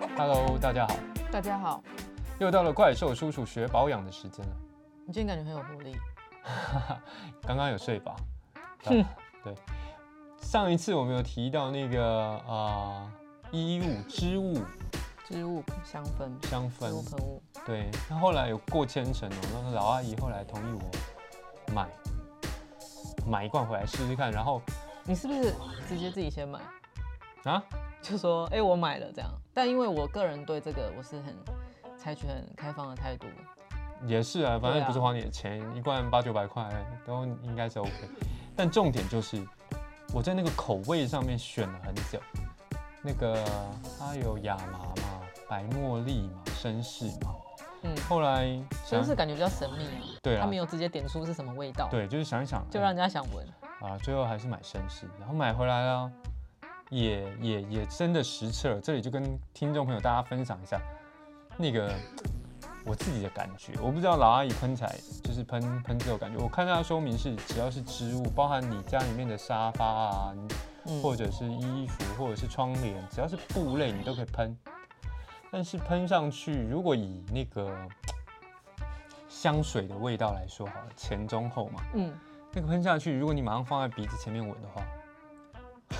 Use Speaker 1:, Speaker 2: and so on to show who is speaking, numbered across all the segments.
Speaker 1: 大家好，
Speaker 2: 大家好，
Speaker 1: 又到了怪兽叔叔学保养的时间了。
Speaker 2: 你最近感觉很有活力。
Speaker 1: 刚刚有睡饱，对上一次我们有提到那个呃衣物织物
Speaker 2: 植物香氛，
Speaker 1: 香
Speaker 2: 植物
Speaker 1: 氛，
Speaker 2: 喷雾，
Speaker 1: 对，那后来有过千层哦，那个老阿姨后来同意我买买一罐回来试试看，然后
Speaker 2: 你是不是直接自己先买？
Speaker 1: 啊
Speaker 2: 就说哎、诶我买了这样。但因为我个人对这个我是很采取很开放的态度，
Speaker 1: 也是啊，反
Speaker 2: 对
Speaker 1: 正
Speaker 2: 啊
Speaker 1: 不是花你的钱，一罐八九百块都应该是 OK。但重点就是我在那个口味上面选了很久，那个它有亚麻嘛、白茉莉嘛、绅士嘛，
Speaker 2: 嗯，
Speaker 1: 后来想
Speaker 2: 真是感觉比较神秘啊。
Speaker 1: 对
Speaker 2: 他
Speaker 1: 啊
Speaker 2: 没，有直接点出是什么味道，
Speaker 1: 对，就是想一想，
Speaker 2: 就让人家想闻。
Speaker 1: 哎啊，最后还是买绅士，然后买回来了，也也也真的实测了。这里就跟听众朋友大家分享一下那个我自己的感觉，我不知道老阿姨喷起来就是喷喷这种感觉。我看到它说明是只要是织物，包含你家里面的沙发啊，你
Speaker 2: 嗯，
Speaker 1: 或者是衣服，或者是窗帘，只要是布类你都可以喷。但是喷上去，如果以那个香水的味道来说好了，前中后嘛，
Speaker 2: 嗯，
Speaker 1: 那个喷下去，如果你马上放在鼻子前面闻的话，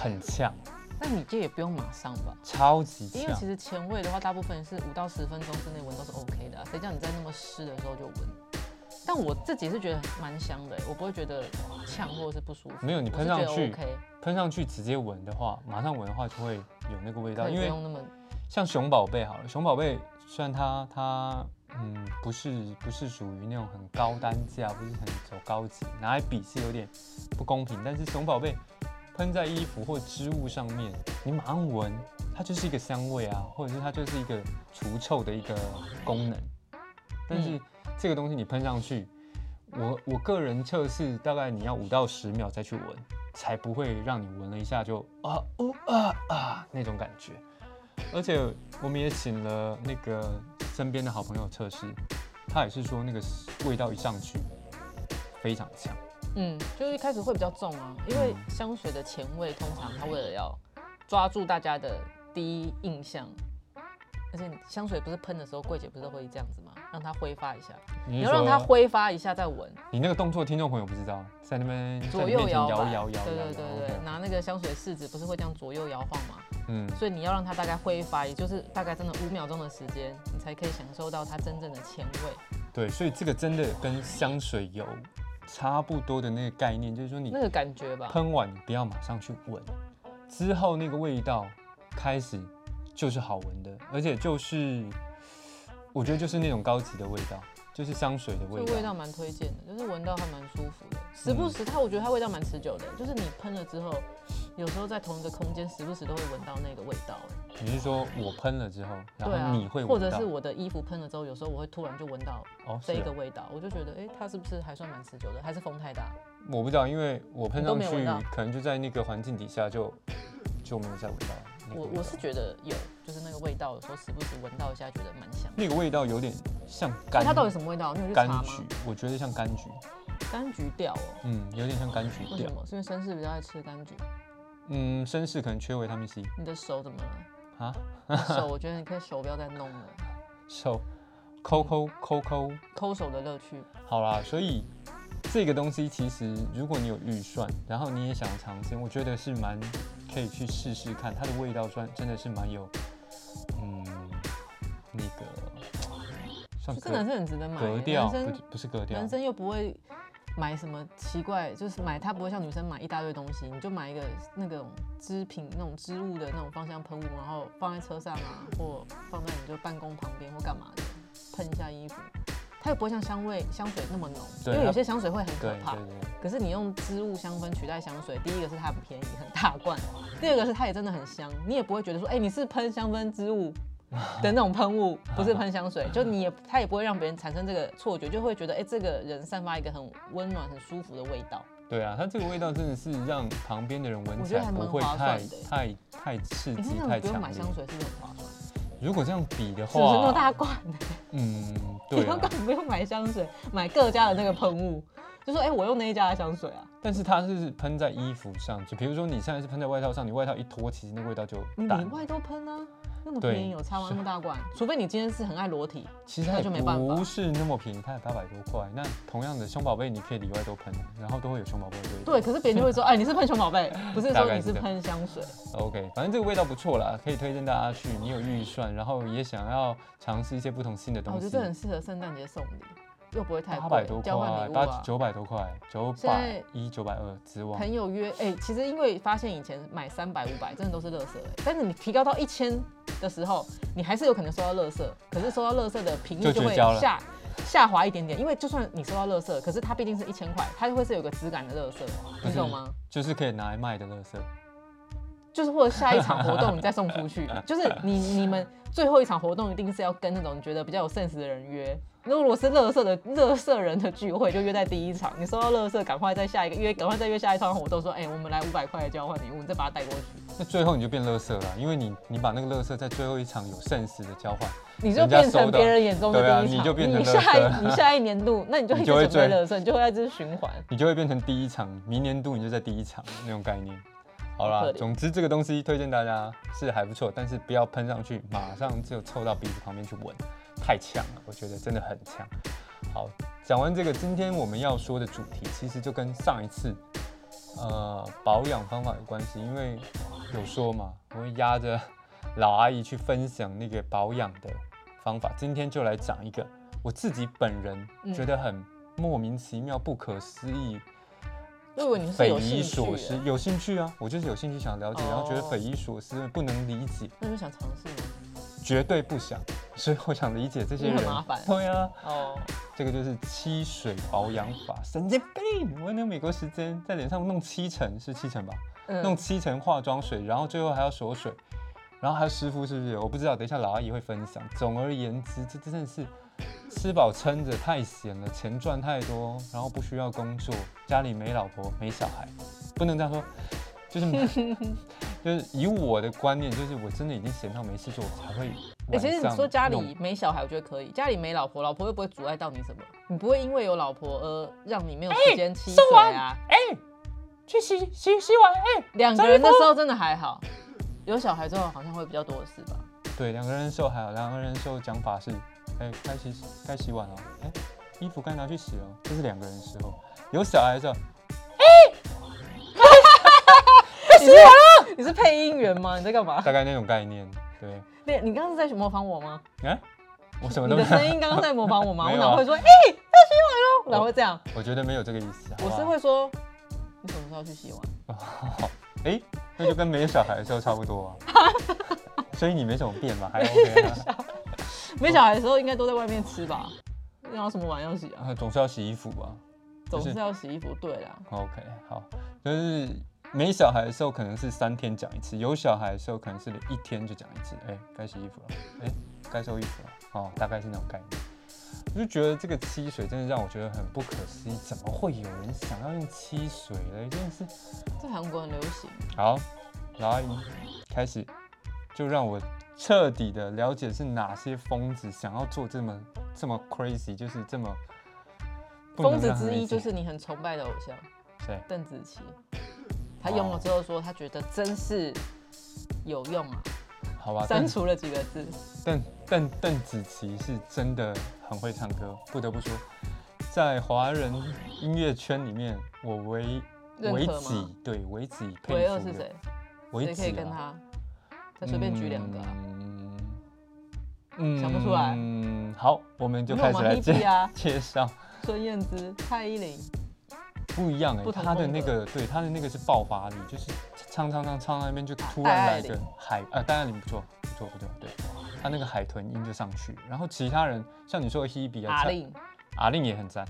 Speaker 1: 很呛，
Speaker 2: 那你这也不用马上吧？
Speaker 1: 超级
Speaker 2: 因为
Speaker 1: 呛
Speaker 2: 其。实前味的话，大部分是五到十分钟之内闻都是 OK 的啊、谁叫你在那么湿的时候就闻？但我自己是觉得蛮香的欸、我不会觉得呛或者是不舒服。
Speaker 1: 没有你喷上去
Speaker 2: 我是觉得 OK，
Speaker 1: 喷上去直接闻的话，马上闻的话就会有那个味道。
Speaker 2: 可以
Speaker 1: 因
Speaker 2: 不
Speaker 1: 为
Speaker 2: 用那么
Speaker 1: 像熊宝贝好了，熊宝贝虽然它它嗯不是不是属于那种很高单价，不是很走高级，拿来比是有点不公平。但是熊宝贝喷在衣服或织物上面，你马上闻，它就是一个香味啊，或者是它就是一个除臭的一个功能。但是
Speaker 2: 嗯
Speaker 1: 这个东西你喷上去，我我个人测试大概你要五到十秒再去闻，才不会让你闻了一下就啊哦啊啊那种感觉。而且我们也请了那个身边的好朋友测试，他也是说那个味道一上去非常强，
Speaker 2: 嗯，就是一开始会比较重啊，因为香水的前味通常它为了要抓住大家的第一印象，而且香水不是喷的时候，柜姐不是都会这样子吗？让它挥发一下，
Speaker 1: 你
Speaker 2: 你
Speaker 1: 是
Speaker 2: 要让它
Speaker 1: 说
Speaker 2: 挥发一下再闻，
Speaker 1: 你那个动作，听众朋友不知道，在那边在
Speaker 2: 左
Speaker 1: 你
Speaker 2: 右
Speaker 1: 面前
Speaker 2: 摇
Speaker 1: 摇
Speaker 2: 摆，
Speaker 1: 摇摇，
Speaker 2: 对对
Speaker 1: 摇摇
Speaker 2: 对对，
Speaker 1: ，OK
Speaker 2: 拿那个香水试纸不是会这样左右摇晃吗？
Speaker 1: 嗯，
Speaker 2: 所以你要让它大概挥发，也就是大概真的五秒钟的时间，你才可以享受到它真正的前味。
Speaker 1: 对，所以这个真的跟香水有差不多的那个概念，就是说你
Speaker 2: 那个感觉吧，
Speaker 1: 喷完你不要马上去闻，之后那个味道开始就是好闻的，而且就是我觉得就是那种高级的味道，就是香水的
Speaker 2: 这
Speaker 1: 味
Speaker 2: 个
Speaker 1: 道。
Speaker 2: 味道蛮推荐的，就是闻到还蛮舒服的。时不
Speaker 1: 嗯
Speaker 2: 时它，我觉得它味道蛮持久的，就是你喷了之后，有时候在同一个空间，时不时都会闻到那个味道。哎
Speaker 1: 你是说我喷了之后，然
Speaker 2: 对啊，
Speaker 1: 后你会
Speaker 2: 或
Speaker 1: 闻
Speaker 2: 者
Speaker 1: 到？
Speaker 2: 是我的衣服喷了之后，有时候我会突然就闻到
Speaker 1: 哦，
Speaker 2: 这
Speaker 1: 是
Speaker 2: 一
Speaker 1: 哦
Speaker 2: 个味道，我就觉得，哎、它是不是还算蛮持久的？还是风太大？
Speaker 1: 我不知道，因为我喷
Speaker 2: 你都
Speaker 1: 上
Speaker 2: 没
Speaker 1: 去
Speaker 2: 有闻到，
Speaker 1: 可能就在那个环境底下就就没有再闻到那个
Speaker 2: 我
Speaker 1: 味道。
Speaker 2: 我是觉得有，就是那个味道，有时候时不时闻到一下，觉得蛮香的。
Speaker 1: 那个味道有点像
Speaker 2: 所
Speaker 1: 柑，
Speaker 2: 以它到底什么味道？你有去查
Speaker 1: 柑
Speaker 2: 吗？
Speaker 1: 橘，我觉得像柑橘，
Speaker 2: 柑橘调哦。
Speaker 1: 嗯，有点像柑橘
Speaker 2: 为
Speaker 1: 调
Speaker 2: 什。么？是因为绅士比较爱吃柑橘。
Speaker 1: 嗯，绅士可能缺维他命 C
Speaker 2: 你的手怎么了？
Speaker 1: 啊，
Speaker 2: 你手，我觉得你可以手不要再弄了，
Speaker 1: 手抠抠抠抠。
Speaker 2: 抠手的乐趣。
Speaker 1: 好啦，所以这个东西其实如果你有预算，然后你也想尝鲜，我觉得是蛮可以去试试看，它的味道算真的是蛮有，嗯，那个算格
Speaker 2: 就真的是很值得买欸。
Speaker 1: 格调，
Speaker 2: 男
Speaker 1: 不
Speaker 2: 生
Speaker 1: 不是格调
Speaker 2: 男，生又不会买什么奇怪，就是买他不会像女生买一大堆东西，你就买一个那种织品、那种织物的那种芳香喷雾，然后放在车上啊，或放在你就办公旁边或干嘛的，喷一下衣服。它也不会像香味香水那么浓，
Speaker 1: 对
Speaker 2: 因
Speaker 1: 它
Speaker 2: 为有些香水会很可
Speaker 1: 对
Speaker 2: 怕。
Speaker 1: 对对，
Speaker 2: 可是你用织物香氛取代香水，第一个是它很便宜，很大罐；第二个是它也真的很香，你也不会觉得说，哎、你是喷香氛织物的那种喷雾，不是喷 香水，就你也它也不会让别人产生这个错觉，就会觉得，哎、这个人散发一个很温暖、很舒服的味道。
Speaker 1: 对啊，它这个味道真的是让旁边的人闻
Speaker 2: 我
Speaker 1: 起
Speaker 2: 觉得
Speaker 1: 来
Speaker 2: 还
Speaker 1: 不
Speaker 2: 蛮
Speaker 1: 会
Speaker 2: 划
Speaker 1: 太
Speaker 2: 算的
Speaker 1: 太太刺
Speaker 2: 你
Speaker 1: 激
Speaker 2: 看这
Speaker 1: 太
Speaker 2: 样不用
Speaker 1: 强
Speaker 2: 买
Speaker 1: 烈
Speaker 2: 香。水是不是很划算？
Speaker 1: 如果这样比的
Speaker 2: 是不是那么
Speaker 1: 话，
Speaker 2: 大罐、
Speaker 1: 嗯，
Speaker 2: 你
Speaker 1: 对
Speaker 2: 都
Speaker 1: 啊
Speaker 2: 根，本 不用买香水，买各家的那个喷雾，就说，哎、我用那一家的香水啊，
Speaker 1: 但是它是喷在衣服上，就比如说你现在是喷在外套上，你外套一脱，其实那个味道就
Speaker 2: 你
Speaker 1: 淡
Speaker 2: 里
Speaker 1: 了。
Speaker 2: 外都喷啊，那么
Speaker 1: 对
Speaker 2: 便宜有差吗？那么大罐，除非你今天是很爱裸体，
Speaker 1: 其实它
Speaker 2: 那
Speaker 1: 也
Speaker 2: 就没办法
Speaker 1: 不是那么便宜，它也八百多块。那同样的熊宝贝，你可以里外都喷，然后都会有熊宝贝的味道。
Speaker 2: 对，可是别人就会说，哎，你是喷熊宝 贝，不是
Speaker 1: 大
Speaker 2: 说
Speaker 1: 概
Speaker 2: 你
Speaker 1: 是
Speaker 2: 是
Speaker 1: 这样
Speaker 2: 喷香水。
Speaker 1: OK，反正这个味道不错啦，可以推荐大家去。你有预算，然后也想要尝试一些不同新的
Speaker 2: 啊
Speaker 1: 东
Speaker 2: 我
Speaker 1: 西，
Speaker 2: 觉得这很适合圣诞节送礼，又不会太
Speaker 1: 八
Speaker 2: 贵
Speaker 1: 百多，
Speaker 2: 交换
Speaker 1: 块，
Speaker 2: 礼物
Speaker 1: 八
Speaker 2: 啊。
Speaker 1: 九百多块，九
Speaker 2: 现
Speaker 1: 百
Speaker 2: 在
Speaker 1: 一、九百二，之王。
Speaker 2: 朋友约，哎、其实因为发现以前买三百、五百真的都是垃圾、哎，但是你提高到一千的时候，你还是有可能收到垃圾，可是收到垃圾的频
Speaker 1: 就
Speaker 2: 率就
Speaker 1: 绝
Speaker 2: 会
Speaker 1: 交了
Speaker 2: 下下滑一点点，因为就算你收到垃圾，可是它毕竟是一千块，它会是有个质感的垃圾，
Speaker 1: 不
Speaker 2: 你
Speaker 1: 是
Speaker 2: 懂吗？
Speaker 1: 就是可以拿来卖的垃圾。
Speaker 2: 就是或者下一场活动你再送出 去，就是你你们最后一场活动一定是要跟那种你觉得比较有 sense 的人约。如果是乐色的乐色人的聚会，就约在第一场。你收到乐色，赶快在下一个约，赶快再约下一场活动，说，哎、我们来五百块的交换礼物，你再把它带过去，
Speaker 1: 那最后你就变垃圾了，啊因为你你把那个垃圾在最后一场有剩食的交换，
Speaker 2: 你就
Speaker 1: 人家
Speaker 2: 变
Speaker 1: 收
Speaker 2: 成
Speaker 1: 到
Speaker 2: 别人眼中的第
Speaker 1: 对
Speaker 2: 一场，
Speaker 1: 啊你就变成
Speaker 2: 你
Speaker 1: 垃圾
Speaker 2: 下一你下一年 度，那你就一
Speaker 1: 你
Speaker 2: 直
Speaker 1: 就会
Speaker 2: 准
Speaker 1: 追
Speaker 2: 备乐色，你就会在这循环。
Speaker 1: 你就会变成第一场，明年度你就在第一场那种概念。好
Speaker 2: 好
Speaker 1: 啦
Speaker 2: 可，怜
Speaker 1: 总之这个东西推荐大家是还不错，但是不要喷上去，马上就凑到鼻子旁边去闻，太呛了，我觉得真的很呛。好，讲完这个，今天我们要说的主题其实就跟上一次呃保养方法有关系，因为有说嘛，我会压着老阿姨去分享那个保养的方法，今天就来讲一个我自己本人
Speaker 2: 嗯
Speaker 1: 觉得很莫名其妙、不可思议、
Speaker 2: 我以为哦你是
Speaker 1: 匪
Speaker 2: 有
Speaker 1: 夷
Speaker 2: 兴
Speaker 1: 所
Speaker 2: 趣
Speaker 1: 思
Speaker 2: 的，，
Speaker 1: 有兴趣啊，我就是有兴趣想了解，然后觉得
Speaker 2: 哦
Speaker 1: 匪夷所思，不能理解，
Speaker 2: 那就想尝试吗
Speaker 1: 绝对不想，所以我想理解这些
Speaker 2: 因
Speaker 1: 人
Speaker 2: 为很麻烦
Speaker 1: 对啊，
Speaker 2: 哦，
Speaker 1: 这个就是七水保养法，神经病！我那美国时间在脸上弄七层，是七层吧？弄
Speaker 2: 嗯，
Speaker 1: 七层化妆水，然后最后还要锁水，然后还有湿敷，是不是？我不知道，等一下老阿姨会分享。总而言之，这真的是吃饱撑着，太闲了，钱赚太多，然后不需要工作，家里没老婆没小孩，不能这样说，就是 就是以我的观念，就是我真的已经闲到没事做，我才会
Speaker 2: 哎、
Speaker 1: 晚上弄。
Speaker 2: 其实你说家里没小孩，我觉得可以。家里没老婆，老婆又不会阻碍到你什么，你不会因为有老婆而让你没有时间七水啊。
Speaker 1: 哎、去洗洗洗碗，哎、
Speaker 2: 两、个人的时候真的还好，有小孩之后好像会比较多的事吧。
Speaker 1: 对，两个人受还好，两个人受讲法是，哎、该洗该洗碗了，哎、衣服该拿去洗了，这是两个人的时候。有小孩的时候，
Speaker 2: 你是 你是配音员吗？你在干嘛？
Speaker 1: 大概那种概念，对，
Speaker 2: 你你刚刚是在模仿我吗？
Speaker 1: 啊，我什么
Speaker 2: 你
Speaker 1: 都没
Speaker 2: 的声
Speaker 1: 有，
Speaker 2: 音刚刚在模仿我吗？
Speaker 1: 没
Speaker 2: 我
Speaker 1: 有啊哦
Speaker 2: 哪会说哎、要洗碗喽，哪会这样？
Speaker 1: 我觉得没有这个意思，好不
Speaker 2: 我
Speaker 1: 好
Speaker 2: 是，会说你什么时候去洗碗？
Speaker 1: 哎、那就跟没有小孩的时候差不多啊。 所以你没怎么变嘛，还 OK 啊
Speaker 2: 没小孩的时候应该都在外面吃吧？然后什么碗要洗啊？
Speaker 1: 啊，总是要洗衣服吧。
Speaker 2: 总
Speaker 1: 是
Speaker 2: 是要洗衣服，对啦。
Speaker 1: OK，好，就是没小孩的时候可能是三天讲一次，有小孩的时候可能是一天就讲一次。哎、该洗衣服了，哎、该收衣服了，哦，大概是那种概念。我就觉得这个七水真的让我觉得很不可思议，怎么会有人想要用七水嘞？真的是
Speaker 2: 在韩国很流行。
Speaker 1: 好，老阿姨开始，就让我彻底的了解是哪些疯子想要做这么这么 crazy，就是这么不能
Speaker 2: 疯子
Speaker 1: 让人
Speaker 2: 之
Speaker 1: 理
Speaker 2: 一
Speaker 1: 解
Speaker 2: 就是你很崇拜的偶像
Speaker 1: 谁？
Speaker 2: 邓紫棋，她用了之后说，她觉得真是有用啊，
Speaker 1: 好吧，但
Speaker 2: 删除了几个字。
Speaker 1: 邓邓邓紫棋是真的很会唱歌，不得不说，在华人音乐圈里面，我唯
Speaker 2: 认
Speaker 1: 唯
Speaker 2: 可
Speaker 1: 几
Speaker 2: 吗
Speaker 1: 对唯几
Speaker 2: 唯
Speaker 1: 佩
Speaker 2: 二
Speaker 1: 服
Speaker 2: 是
Speaker 1: 的
Speaker 2: 谁？
Speaker 1: 唯
Speaker 2: 谁可以
Speaker 1: 几
Speaker 2: 跟
Speaker 1: 啊，
Speaker 2: 她？再随便举两个啊，
Speaker 1: 嗯，嗯
Speaker 2: 想不出来
Speaker 1: 嗯，好，我们就
Speaker 2: 你
Speaker 1: 开
Speaker 2: 有
Speaker 1: 始
Speaker 2: 吗
Speaker 1: 来
Speaker 2: Hebe
Speaker 1: 介、
Speaker 2: 啊
Speaker 1: 介绍
Speaker 2: 孙燕姿、蔡依林，
Speaker 1: 不一样哎、
Speaker 2: 不同
Speaker 1: 他的
Speaker 2: 风
Speaker 1: 那
Speaker 2: 格
Speaker 1: 个对他的那个是爆发力，就是唱唱唱唱到那边就突
Speaker 2: 啊戴
Speaker 1: 然
Speaker 2: 爱
Speaker 1: 来一个
Speaker 2: 玲
Speaker 1: 海呃，戴爱玲不错不错不错，对他那个海豚音就上去，然后其他人像你说的 Hebe 啊，
Speaker 2: 阿
Speaker 1: 蔡
Speaker 2: 令，
Speaker 1: 阿令也很赞。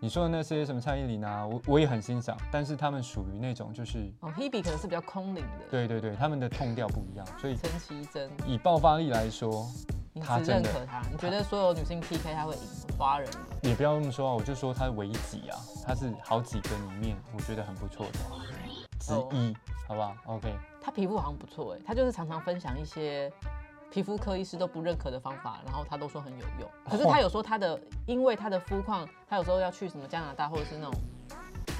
Speaker 1: 你说的那些什么蔡依林啊，我我也很欣赏，但是他们属于那种就是，
Speaker 2: 哦，Hebe 可能是比较空灵的，
Speaker 1: 对对对，他们的痛调不一样，所以
Speaker 2: 陈绮贞，
Speaker 1: 以爆发力来说，
Speaker 2: 你
Speaker 1: 她
Speaker 2: 只
Speaker 1: 真
Speaker 2: 认
Speaker 1: 的
Speaker 2: 可她？你觉得所有女性 PK 她会赢花人吗？
Speaker 1: 也不要这么说啊，我就说他唯几啊，他是好几个里面我觉得很不错的之
Speaker 2: 哦
Speaker 1: 一，好不好？OK，
Speaker 2: 她皮肤好像不错哎，她就是常常分享一些皮肤科医师都不认可的方法，然后她都说很有用。可是她有说她的，因为她的肤况，她有时候要去什么加拿大或者是那种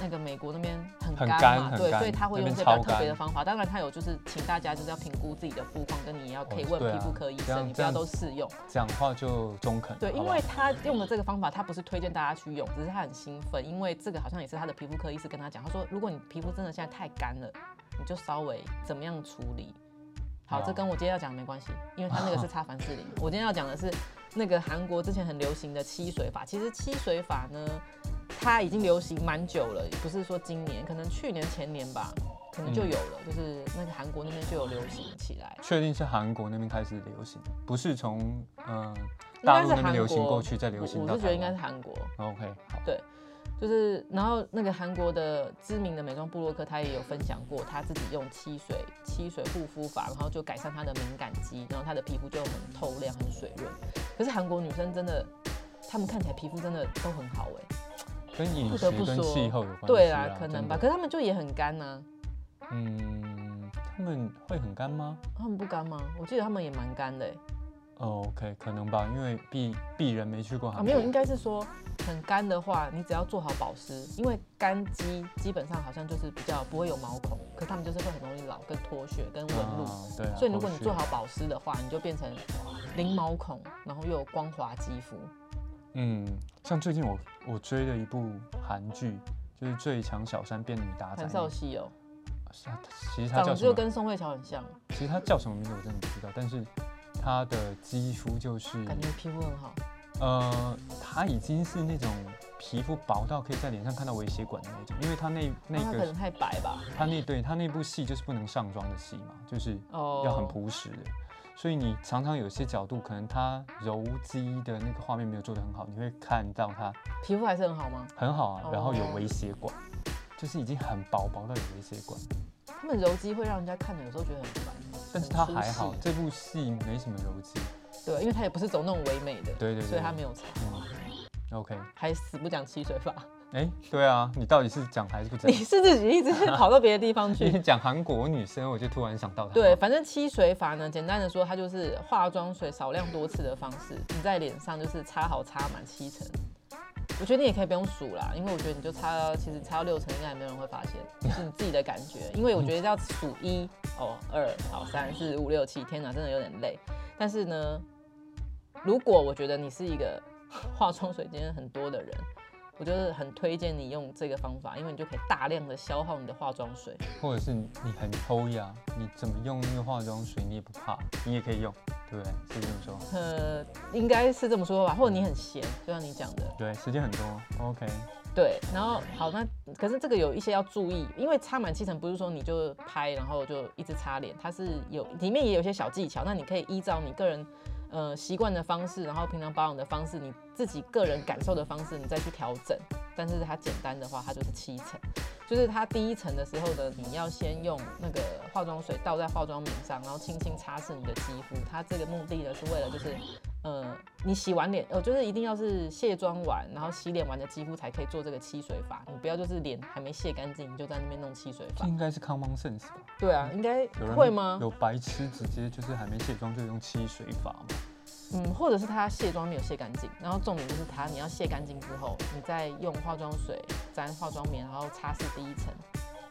Speaker 2: 那个美国那边很
Speaker 1: 很
Speaker 2: 干
Speaker 1: 干
Speaker 2: 嘛，
Speaker 1: 很
Speaker 2: 对，
Speaker 1: 干
Speaker 2: 所以他会
Speaker 1: 那边
Speaker 2: 用这比较
Speaker 1: 超
Speaker 2: 特别的
Speaker 1: 干
Speaker 2: 方法。当然，他有就是请大家就是要评估自己的肤况，跟你要可以
Speaker 1: 哦
Speaker 2: 问
Speaker 1: 对
Speaker 2: 皮
Speaker 1: 啊
Speaker 2: 肤科医
Speaker 1: 这
Speaker 2: 生，
Speaker 1: 样
Speaker 2: 你不要
Speaker 1: 这样
Speaker 2: 都试用。
Speaker 1: 讲话就中肯。
Speaker 2: 对，
Speaker 1: 好
Speaker 2: 因
Speaker 1: 不好
Speaker 2: 为他用的这个方法，他不是推荐大家去用，只是他很兴奋，因为这个好像也是他的皮肤科医师跟他讲，他说如果你皮肤真的现在太干了，你就稍微怎么样处理。好，这
Speaker 1: 哦
Speaker 2: 跟我今天要讲的没关系，因为他 那个是擦凡士林。我今天要讲的是那个韩国之前很流行的七水法。其实七水法呢，它已经流行蛮久了，不是说今年，可能去年前年吧，可能就
Speaker 1: 嗯
Speaker 2: 有了，就是那个韩国那边就有流行起来。
Speaker 1: 确定是韩国那边开始流行，不是从嗯、呃
Speaker 2: 应
Speaker 1: 大
Speaker 2: 该
Speaker 1: 陆
Speaker 2: 是
Speaker 1: 那边
Speaker 2: 韩
Speaker 1: 流行
Speaker 2: 国
Speaker 1: 过去再流行
Speaker 2: 我
Speaker 1: 到
Speaker 2: 我是觉
Speaker 1: 台
Speaker 2: 得应该
Speaker 1: 湾。
Speaker 2: 是韩国。
Speaker 1: OK，好，
Speaker 2: 就是，然后那个韩国的知名的美妆部落客，他也有分享过他自己用七水七水护肤法，然后就改善他的敏感肌，然后他的皮肤就很透亮、很水润。可是韩国女生真的，她们看起来皮肤真的都很好哎、
Speaker 1: 跟饮
Speaker 2: 不
Speaker 1: 食
Speaker 2: 得不
Speaker 1: 跟
Speaker 2: 说
Speaker 1: 气候有关系、啊。
Speaker 2: 对啦，可能
Speaker 1: 真
Speaker 2: 吧。
Speaker 1: 的
Speaker 2: 可是她们就也很干欸呐、
Speaker 1: 嗯，他们会很干吗、
Speaker 2: 她们不干吗？我记得她们也蛮干的哎、
Speaker 1: 哦 o k 可能吧，因为鄙鄙人没去过韩
Speaker 2: 啊，
Speaker 1: 国。
Speaker 2: 没有，应该是说很干的话，你只要做好保湿，因为干肌基本上好像就是比较不会有毛孔，可她们就是会很容易老、跟脱屑、跟纹路。
Speaker 1: 啊，对啊。
Speaker 2: 所以如果你
Speaker 1: 后续
Speaker 2: 做好，保湿的话，你就变成零毛孔，然后又有光滑肌肤。
Speaker 1: 嗯，像最近我我追了一部韩剧，就是《最强小三变女打仔
Speaker 2: 很》少戏哦，
Speaker 1: 是啊。其啊实它叫
Speaker 2: 长得
Speaker 1: 什么
Speaker 2: 就？跟宋慧乔很像，
Speaker 1: 其实它叫什么名字我真的不知道，但是它的肌肤就是
Speaker 2: 感觉皮肤很好。
Speaker 1: 呃，它已经是那种皮肤薄到可以在脸上看到微血管的那种，因为它那那
Speaker 2: 那啊她可
Speaker 1: 个
Speaker 2: 能太白吧？
Speaker 1: 它那对它那部戏就是不能上妆的戏嘛，就是
Speaker 2: 哦，
Speaker 1: 要很。朴实的，所以你常常有些角度可能它柔肌的那个画面没有做得很好，你会看到它
Speaker 2: 皮肤还是很好吗？
Speaker 1: 很好啊，然后有
Speaker 2: 哦
Speaker 1: 微血管，就是已经很薄薄到有微血管，
Speaker 2: 他们柔肌会让人家看着有时候觉得很烦。
Speaker 1: 但是
Speaker 2: 很
Speaker 1: 它
Speaker 2: 舒
Speaker 1: 还好
Speaker 2: 适，
Speaker 1: 这部戏没什么柔肌，
Speaker 2: 对，因为她也不是走那种唯美的，
Speaker 1: 对对对
Speaker 2: 所以她没有擦，
Speaker 1: 嗯，OK，
Speaker 2: 还死不讲七水法。
Speaker 1: 哎、对啊，你到底是讲还是不讲
Speaker 2: 你？是自己一直跑到别的地方 去
Speaker 1: 你，讲韩国女生，我就突然想到她。
Speaker 2: 对，，反正七水法呢，简单的说，它就是化妆水少量多次的方式，你在脸上就是擦好擦满七层。我觉得你也可以不用数啦，因为我觉得你就擦到，其实擦到六层应该也没有人会发现，就是你自己的感觉。因为我觉得要数一哦，二好三四五六七，天哪，真的有点累。但是呢，如果我觉得你是一个 化妆水今天很多的人，我就是很推荐你用这个方法，因为你就可以大量的消耗你的化妆水。
Speaker 1: 或者是你很偷呀，你怎么用那个化妆水你也不怕，你也可以用，对不对？是这么说。
Speaker 2: 呃，应该是这么说吧，或者你很闲，就像你讲的，
Speaker 1: 对，时间很多，OK，
Speaker 2: 对。然后好，那可是这个有一些要注意，因为擦满七层不是说你就拍，然后就一直擦脸，它是有里面也有一些小技巧，那你可以依照你个人呃习惯的方式，然后平常保养的方式，你自己个人感受的方式，你再去调整。但是它简单的话，它就是七层，就是它第一层的时候呢，你要先用那个化妆水倒在化妆棉上，然后轻轻擦拭你的肌肤。它这个目的呢是为了就是，呃，你洗完脸，呃，就是一定要是卸妆完，然后洗脸完的肌肤才可以做这个吸水法。你不要就是脸还没卸干净，你就在那边弄吸水
Speaker 1: 这
Speaker 2: 法。
Speaker 1: 应该是 common sense 吧？
Speaker 2: 对啊，应该
Speaker 1: 有人
Speaker 2: 会吗？
Speaker 1: 有白痴直接就是还没卸妆就用七水法嘛？
Speaker 2: 嗯，或者是它卸妆没有卸干净，然后重点就是它你要卸干净之后，你再用化妆水沾化妆棉，然后擦拭第一层，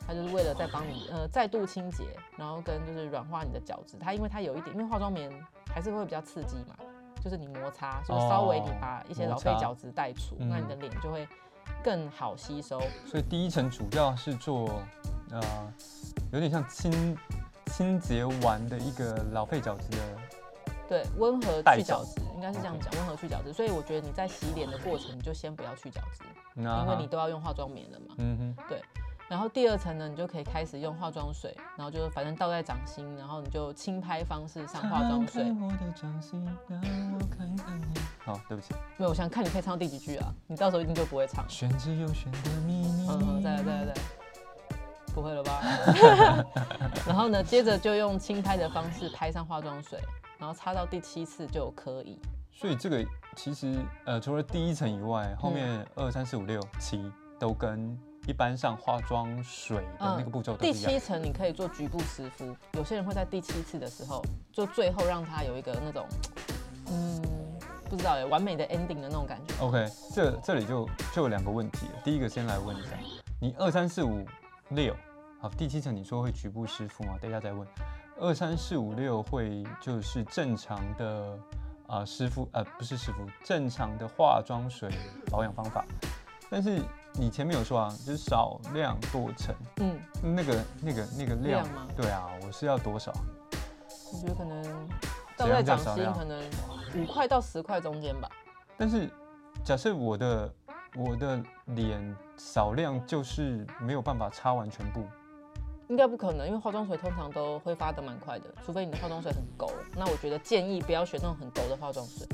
Speaker 2: 它就是为了再帮你呃再度清洁，然后跟就是软化你的角质。它因为它有一点，因为化妆棉还是会比较刺激嘛，就是你摩擦，所以稍微你
Speaker 1: 哦
Speaker 2: 把一些
Speaker 1: 摩
Speaker 2: 老废
Speaker 1: 擦嗯
Speaker 2: 角质带除，那你的脸就会更好吸收。
Speaker 1: 所以第一层主要是做，呃，有点像清清洁完的一个老废角质的，
Speaker 2: 对，温和
Speaker 1: 带
Speaker 2: 去
Speaker 1: 角
Speaker 2: 角质应该是这样
Speaker 1: OK
Speaker 2: 讲，温和去角质。所以我觉得你在洗脸的过程，你就先不要去角质，
Speaker 1: 那
Speaker 2: 因为你都要用化妆棉了嘛。
Speaker 1: 啊嗯
Speaker 2: 然后第二层呢，你就可以开始用化妆水，然后就反正倒在掌心，然后你就轻拍方式上
Speaker 1: 哼，
Speaker 2: 化妆水。
Speaker 1: 敞开我的掌心让我看看你好，对不起，
Speaker 2: 没有，我想看你可以唱到第几句啊？你到时候一定就不会唱。
Speaker 1: 玄之又玄的秘密。
Speaker 2: 嗯嗯，再来再来再来，不会了吧？ 然后呢，接着就用轻拍的方式拍上化妆水，然后擦到第七次就可以。
Speaker 1: 所以这个其实呃，除了第一层以外，后
Speaker 2: 嗯
Speaker 1: 面二三四五六七都跟一般上化妆水的那个步骤都
Speaker 2: 嗯第
Speaker 1: 是一样。
Speaker 2: 七层你可以做局部湿敷，有些人会在第七次的时候，就最后让它有一个那种，嗯，不知道哎，完美的 ending 的那种感觉。
Speaker 1: OK，这这里就就有两个问题了。第一个先来问一下，你二三四五六，好，第七层你说会局部湿敷嘛？等一下再问。二三四五六会就是正常的啊、呃湿敷呃不是湿敷，正常的化妆水保养方法。但是你前面有说啊，就是少量多成，
Speaker 2: 嗯，
Speaker 1: 那个那个那个量
Speaker 2: 量吗
Speaker 1: 对啊，我是要多少？
Speaker 2: 我觉得可能到在掌
Speaker 1: 怎
Speaker 2: 心
Speaker 1: 样
Speaker 2: 可能五块到十块中间吧。
Speaker 1: 但是假设我的我的脸少量就是没有办法擦完全部，
Speaker 2: 应该不可能，因为化妆水通常都挥发的蛮快的，除非你的化妆水很勾。那我觉得建议不要选那种很勾的化妆水。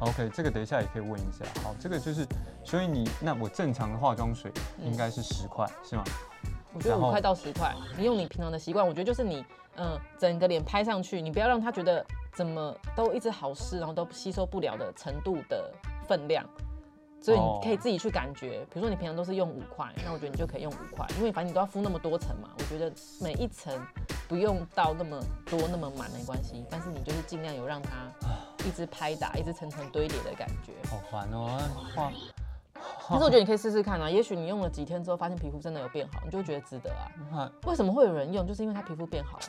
Speaker 1: OK，这个等一下也可以问一下。好，这个就是，所以你那我正常的化妆水
Speaker 2: 嗯
Speaker 1: 应该是十块、是吗？
Speaker 2: 我觉得
Speaker 1: 然后
Speaker 2: 五块到十块，你用你平常的习惯，我觉得就是你，嗯、整个脸拍上去，你不要让他觉得怎么都一直好湿，然后都吸收不了的程度的分量。所以
Speaker 1: 哦
Speaker 2: 你可以自己去感觉，比如说你平常都是用五块，那我觉得你就可以用五块，因为反正你都要敷那么多层嘛。我觉得每一层不用到那么多那么满没关系，但是你就是尽量有让它
Speaker 1: 啊
Speaker 2: 一直拍打，一直层层堆叠的感觉。
Speaker 1: 好烦哦，化
Speaker 2: 但是我觉得你可以试试看啊，也许你用了几天之后，发现皮肤真的有变好，你就会觉得值得啊。
Speaker 1: 那
Speaker 2: 为什么会有人用？就是因为他皮肤变好了，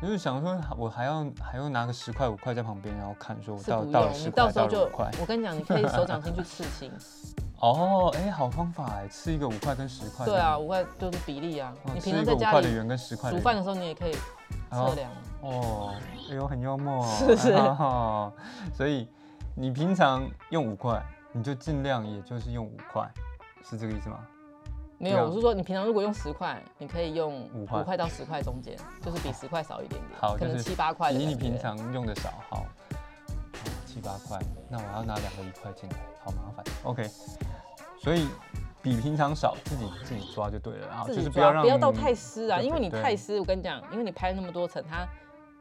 Speaker 1: 就是想说，我还要还要拿个十块五块在旁边，然后看说我
Speaker 2: 是
Speaker 1: 哦到
Speaker 2: 不
Speaker 1: 到了
Speaker 2: 用。
Speaker 1: 十
Speaker 2: 你
Speaker 1: 块
Speaker 2: 到时
Speaker 1: 到
Speaker 2: 候
Speaker 1: 了
Speaker 2: 就
Speaker 1: 五块，
Speaker 2: 我跟你讲，你可以手掌心去刺 青。
Speaker 1: 哦，哎、好方法哎，吃一个五块跟十块的，
Speaker 2: 对啊，五块就是比例啊。
Speaker 1: 嗯，
Speaker 2: 你
Speaker 1: 吃
Speaker 2: 平
Speaker 1: 一个
Speaker 2: 常在
Speaker 1: 五
Speaker 2: 家
Speaker 1: 块的
Speaker 2: 里
Speaker 1: 圆跟十块的
Speaker 2: 煮
Speaker 1: 圆
Speaker 2: 饭的时候，你也可以测量。
Speaker 1: 哦，哎呦，很幽默、哦，
Speaker 2: 是不是
Speaker 1: 哦所以你平常用五块，你就尽量也就是用五块，是这个意思吗？
Speaker 2: 没
Speaker 1: 对啊
Speaker 2: 有，我是说你平常如果用十块，你可以用
Speaker 1: 五
Speaker 2: 五
Speaker 1: 块
Speaker 2: 块到十块中间，就是比十块少一点点，
Speaker 1: 好，
Speaker 2: 可
Speaker 1: 就
Speaker 2: 能
Speaker 1: 是
Speaker 2: 七八块的
Speaker 1: 比
Speaker 2: 感
Speaker 1: 你
Speaker 2: 觉。
Speaker 1: 平常用的少，好，好七八块，那我要拿两个一块进来，好麻烦。OK，所以比平常少，自己自己抓就对了，啊，
Speaker 2: 自
Speaker 1: 就
Speaker 2: 己
Speaker 1: 是
Speaker 2: 抓，
Speaker 1: 让
Speaker 2: 不要到太湿啊，
Speaker 1: 对
Speaker 2: 因为你
Speaker 1: 对
Speaker 2: 太湿，我跟你讲，因为你拍那么多层，它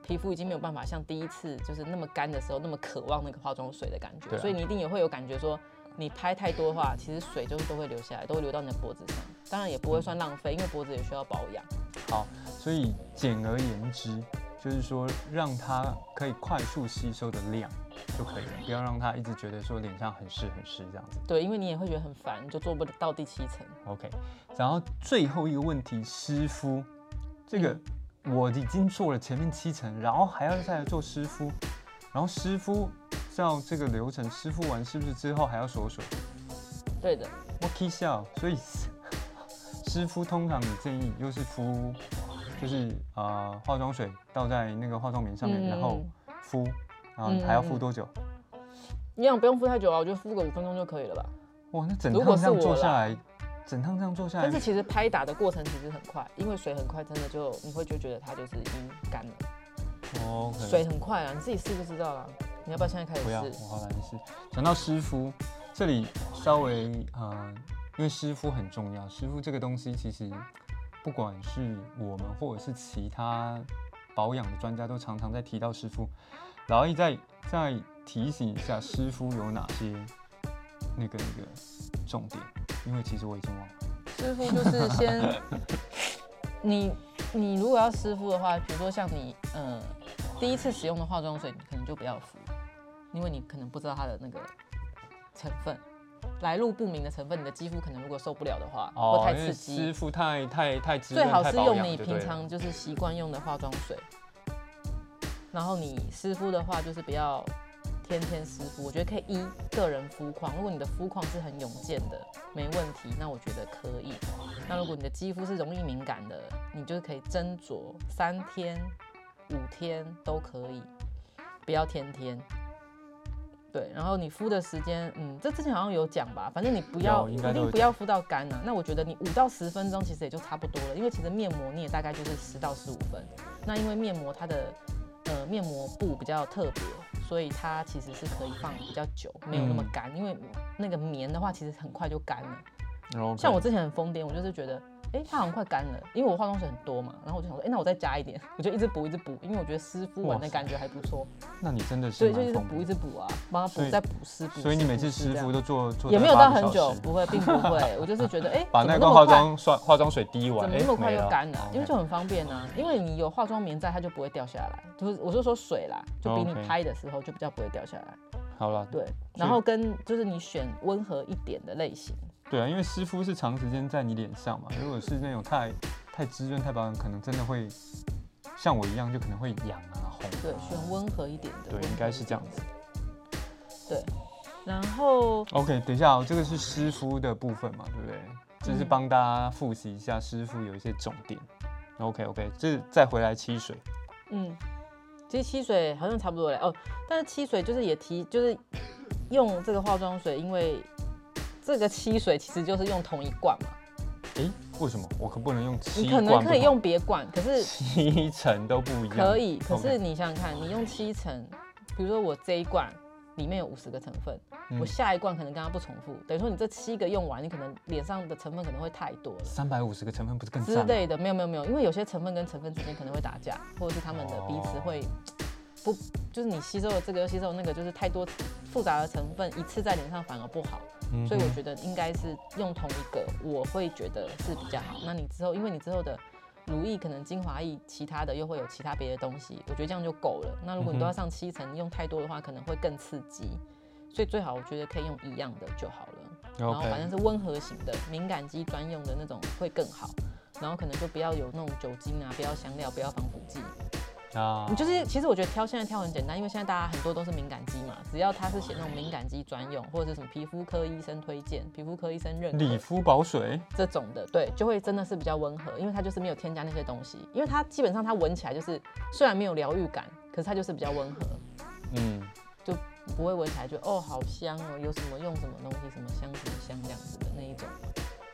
Speaker 2: 皮肤已经没有办法像第一次就是那么干的时候那么渴望那个化妆水的感觉，
Speaker 1: 对啊
Speaker 2: 所以你一定也会有感觉说，你拍太多的话，其实水就是都会流下来，都会流到你的脖子上，当然也不会算浪费，因为脖子也需要保养。
Speaker 1: 所以简而言之，就是说让它可以快速吸收的量就可以了，不要让它一直觉得说脸上很湿很湿这样子。
Speaker 2: 对，因为你也会觉得很烦，你就做不到第七层。
Speaker 1: OK，然后最后一个问题，湿敷，这个
Speaker 2: 嗯
Speaker 1: 我已经做了前面七层，然后还要再来做湿敷，然后湿敷照这个流程，湿敷完是不是之后还要锁水？
Speaker 2: 对的，
Speaker 1: 我 k 笑，所以 湿敷通常你建议又是敷，就是呃化妆水倒在那个化妆棉上面，
Speaker 2: 嗯
Speaker 1: 然后敷，然后还要敷多久？
Speaker 2: 你想不用敷太久啊，我觉得敷个五分钟就可以了吧。
Speaker 1: 哇，那整
Speaker 2: 如
Speaker 1: 趟
Speaker 2: 果
Speaker 1: 这
Speaker 2: 是
Speaker 1: 样做
Speaker 2: 我
Speaker 1: 下
Speaker 2: 啦
Speaker 1: 来，整趟这样做下来
Speaker 2: 但是，其实拍打的过程其实很快，因为水很快，真的就你会就觉得它就是已经干了。
Speaker 1: 哦，可能
Speaker 2: 水很快啊，你自己试就知道了。你要不要现在开始
Speaker 1: 不要，
Speaker 2: 试？
Speaker 1: 我好难试。讲到湿敷，这里稍微呃，因为湿敷很重要，湿敷这个东西其实不管是我们或者是其他保养的专家，都常常在提到湿敷。老易再再提醒一下湿敷有哪些那个那个重点，因为其实我已经忘了。
Speaker 2: 湿敷就是先， 你你如果要湿敷的话，比如说像你呃第一次使用的化妆水，你可能就不要敷，因为你可能不知道它的那个成分，来路不明的成分，你的肌肤可能如果受不了的话，或太
Speaker 1: 哦因为
Speaker 2: 刺
Speaker 1: 湿
Speaker 2: 激，
Speaker 1: 敷太太太滋
Speaker 2: 最
Speaker 1: 润
Speaker 2: 好
Speaker 1: 太
Speaker 2: 是
Speaker 1: 保
Speaker 2: 用
Speaker 1: 养
Speaker 2: 你
Speaker 1: 就对
Speaker 2: 平
Speaker 1: 了
Speaker 2: 常就是习惯用的化妆水。然后你湿敷的话，就是不要天天湿敷，我觉得可以依个人肤况。如果你的肤况是很勇健的，没问题，那我觉得可以。那如果你的肌肤是容易敏感的，你就可以斟酌三天、五天都可以，不要天天。对，然后你敷的时间，嗯，这之前好像有讲吧，反正你不要
Speaker 1: 有
Speaker 2: 一
Speaker 1: 应该都有
Speaker 2: 定不要敷到干啊。那我觉得你五到十分钟其实也就差不多了，因为其实面膜你也大概就是十到十五分。那因为面膜它的呃面膜布比较特别，所以它其实是可以放比较久，没有那么
Speaker 1: 嗯
Speaker 2: 干。因为那个棉的话，其实很快就干了。
Speaker 1: 然后
Speaker 2: 像我之前很疯癫，我就是觉得，哎、它好像快干了，因为我化妆水很多嘛，然后我就想说，哎、那我再加一点，我就一直补一直补，因为我觉得湿敷完
Speaker 1: 哇
Speaker 2: 的
Speaker 1: 塞
Speaker 2: 感觉还不错，
Speaker 1: 那你真的
Speaker 2: 所
Speaker 1: 是
Speaker 2: 以就
Speaker 1: 蛮
Speaker 2: 一直
Speaker 1: 疯
Speaker 2: 补一
Speaker 1: 的，
Speaker 2: 直补啊，帮它
Speaker 1: 所以
Speaker 2: 补再补湿补湿。
Speaker 1: 所以你每次
Speaker 2: 补湿
Speaker 1: 湿
Speaker 2: 这样
Speaker 1: 敷都做做
Speaker 2: 也
Speaker 1: 大
Speaker 2: 没
Speaker 1: 概
Speaker 2: 有
Speaker 1: 八
Speaker 2: 到
Speaker 1: 个
Speaker 2: 很
Speaker 1: 小
Speaker 2: 久
Speaker 1: 时，
Speaker 2: 不会，并不会，我就是觉得，哎、
Speaker 1: 把
Speaker 2: 怎么
Speaker 1: 那
Speaker 2: 那
Speaker 1: 罐
Speaker 2: 么
Speaker 1: 化
Speaker 2: 快
Speaker 1: 妆刷化妆水滴完，
Speaker 2: 怎么那么快就干了、
Speaker 1: 哎
Speaker 2: 因为就很方便啊，因为你有化妆棉在，它就不会掉下来。就是我是说水啦，就比你
Speaker 1: OK
Speaker 2: 拍的时候就比较不会掉下来。
Speaker 1: 好了，
Speaker 2: 对，然后跟就是你选温和一点的类型，
Speaker 1: 对啊，因为湿敷是长时间在你脸上嘛，如果是那种太太滋润、太保养，可能真的会像我一样，就可能会痒啊、红啊。
Speaker 2: 对，选温和一点的。
Speaker 1: 对，
Speaker 2: 温
Speaker 1: 应
Speaker 2: 和
Speaker 1: 该
Speaker 2: 一
Speaker 1: 是
Speaker 2: 点
Speaker 1: 这样子。
Speaker 2: 对，然后
Speaker 1: OK，等一下、哦，这个是湿敷的部分嘛，对不对？就是
Speaker 2: 嗯
Speaker 1: 帮大家复习一下湿敷有一些重点。OK OK，这再回来七水，
Speaker 2: 嗯，其实七水好像差不多了哦，但是七水就是也提，就是用这个化妆水，因为这个七水其实就是用同一罐嘛，
Speaker 1: 诶，为什么我可不能用七
Speaker 2: 你
Speaker 1: 罐
Speaker 2: 可
Speaker 1: 不好？
Speaker 2: 能可以用别罐，可是
Speaker 1: 七层都不一样。
Speaker 2: 可以，可是
Speaker 1: OK
Speaker 2: 你想想看，你用七层，比如说我这一罐里面有五十个成分，
Speaker 1: 嗯
Speaker 2: 我下一罐可能跟它不重复，等于说你这七个用完，你可能脸上的成分可能会太多了。
Speaker 1: 三百五十个成分不是更
Speaker 2: 之
Speaker 1: 赞吗？啊
Speaker 2: 类的，没有没有没有，因为有些成分跟成分之间可能会打架，或者是他们的彼此会
Speaker 1: 哦
Speaker 2: 不，就是你吸收了这个又吸收了那个，就是太多复杂的成分一次在脸上反而不好，
Speaker 1: 嗯
Speaker 2: 所以我
Speaker 1: 哼
Speaker 2: 觉得应该是用同一个，我会觉得是比较好。那你之后，因为你之后的乳液可能精华液，其他的又会有其他别的东西，我觉得这样就够了。那如果你都
Speaker 1: 嗯
Speaker 2: 要上七层，用太多的话可能会更刺激，所以最好我觉得可以用一样的就好了。然后
Speaker 1: OK
Speaker 2: 反正是温和型的，敏感肌专用的那种会更好。然后可能就不要有那种酒精啊，不要香料，不要防腐剂。
Speaker 1: 啊
Speaker 2: 你 就是，其实我觉得挑现在挑很简单，因为现在大家很多都是敏感肌嘛，只要它是写那种敏感肌专用，或者是什么皮肤科医生推荐、皮肤科医生认
Speaker 1: 理
Speaker 2: 可
Speaker 1: 肤宝水，
Speaker 2: 这种的，对，就会真的是比较温和，因为它就是没有添加那些东西，因为它基本上它闻起来就是虽然没有疗愈感，可是它就是比较温和，
Speaker 1: 嗯，
Speaker 2: 就不会闻起来就哦好香哦，有什么用什么东西，什么香什么香这样子的那一种，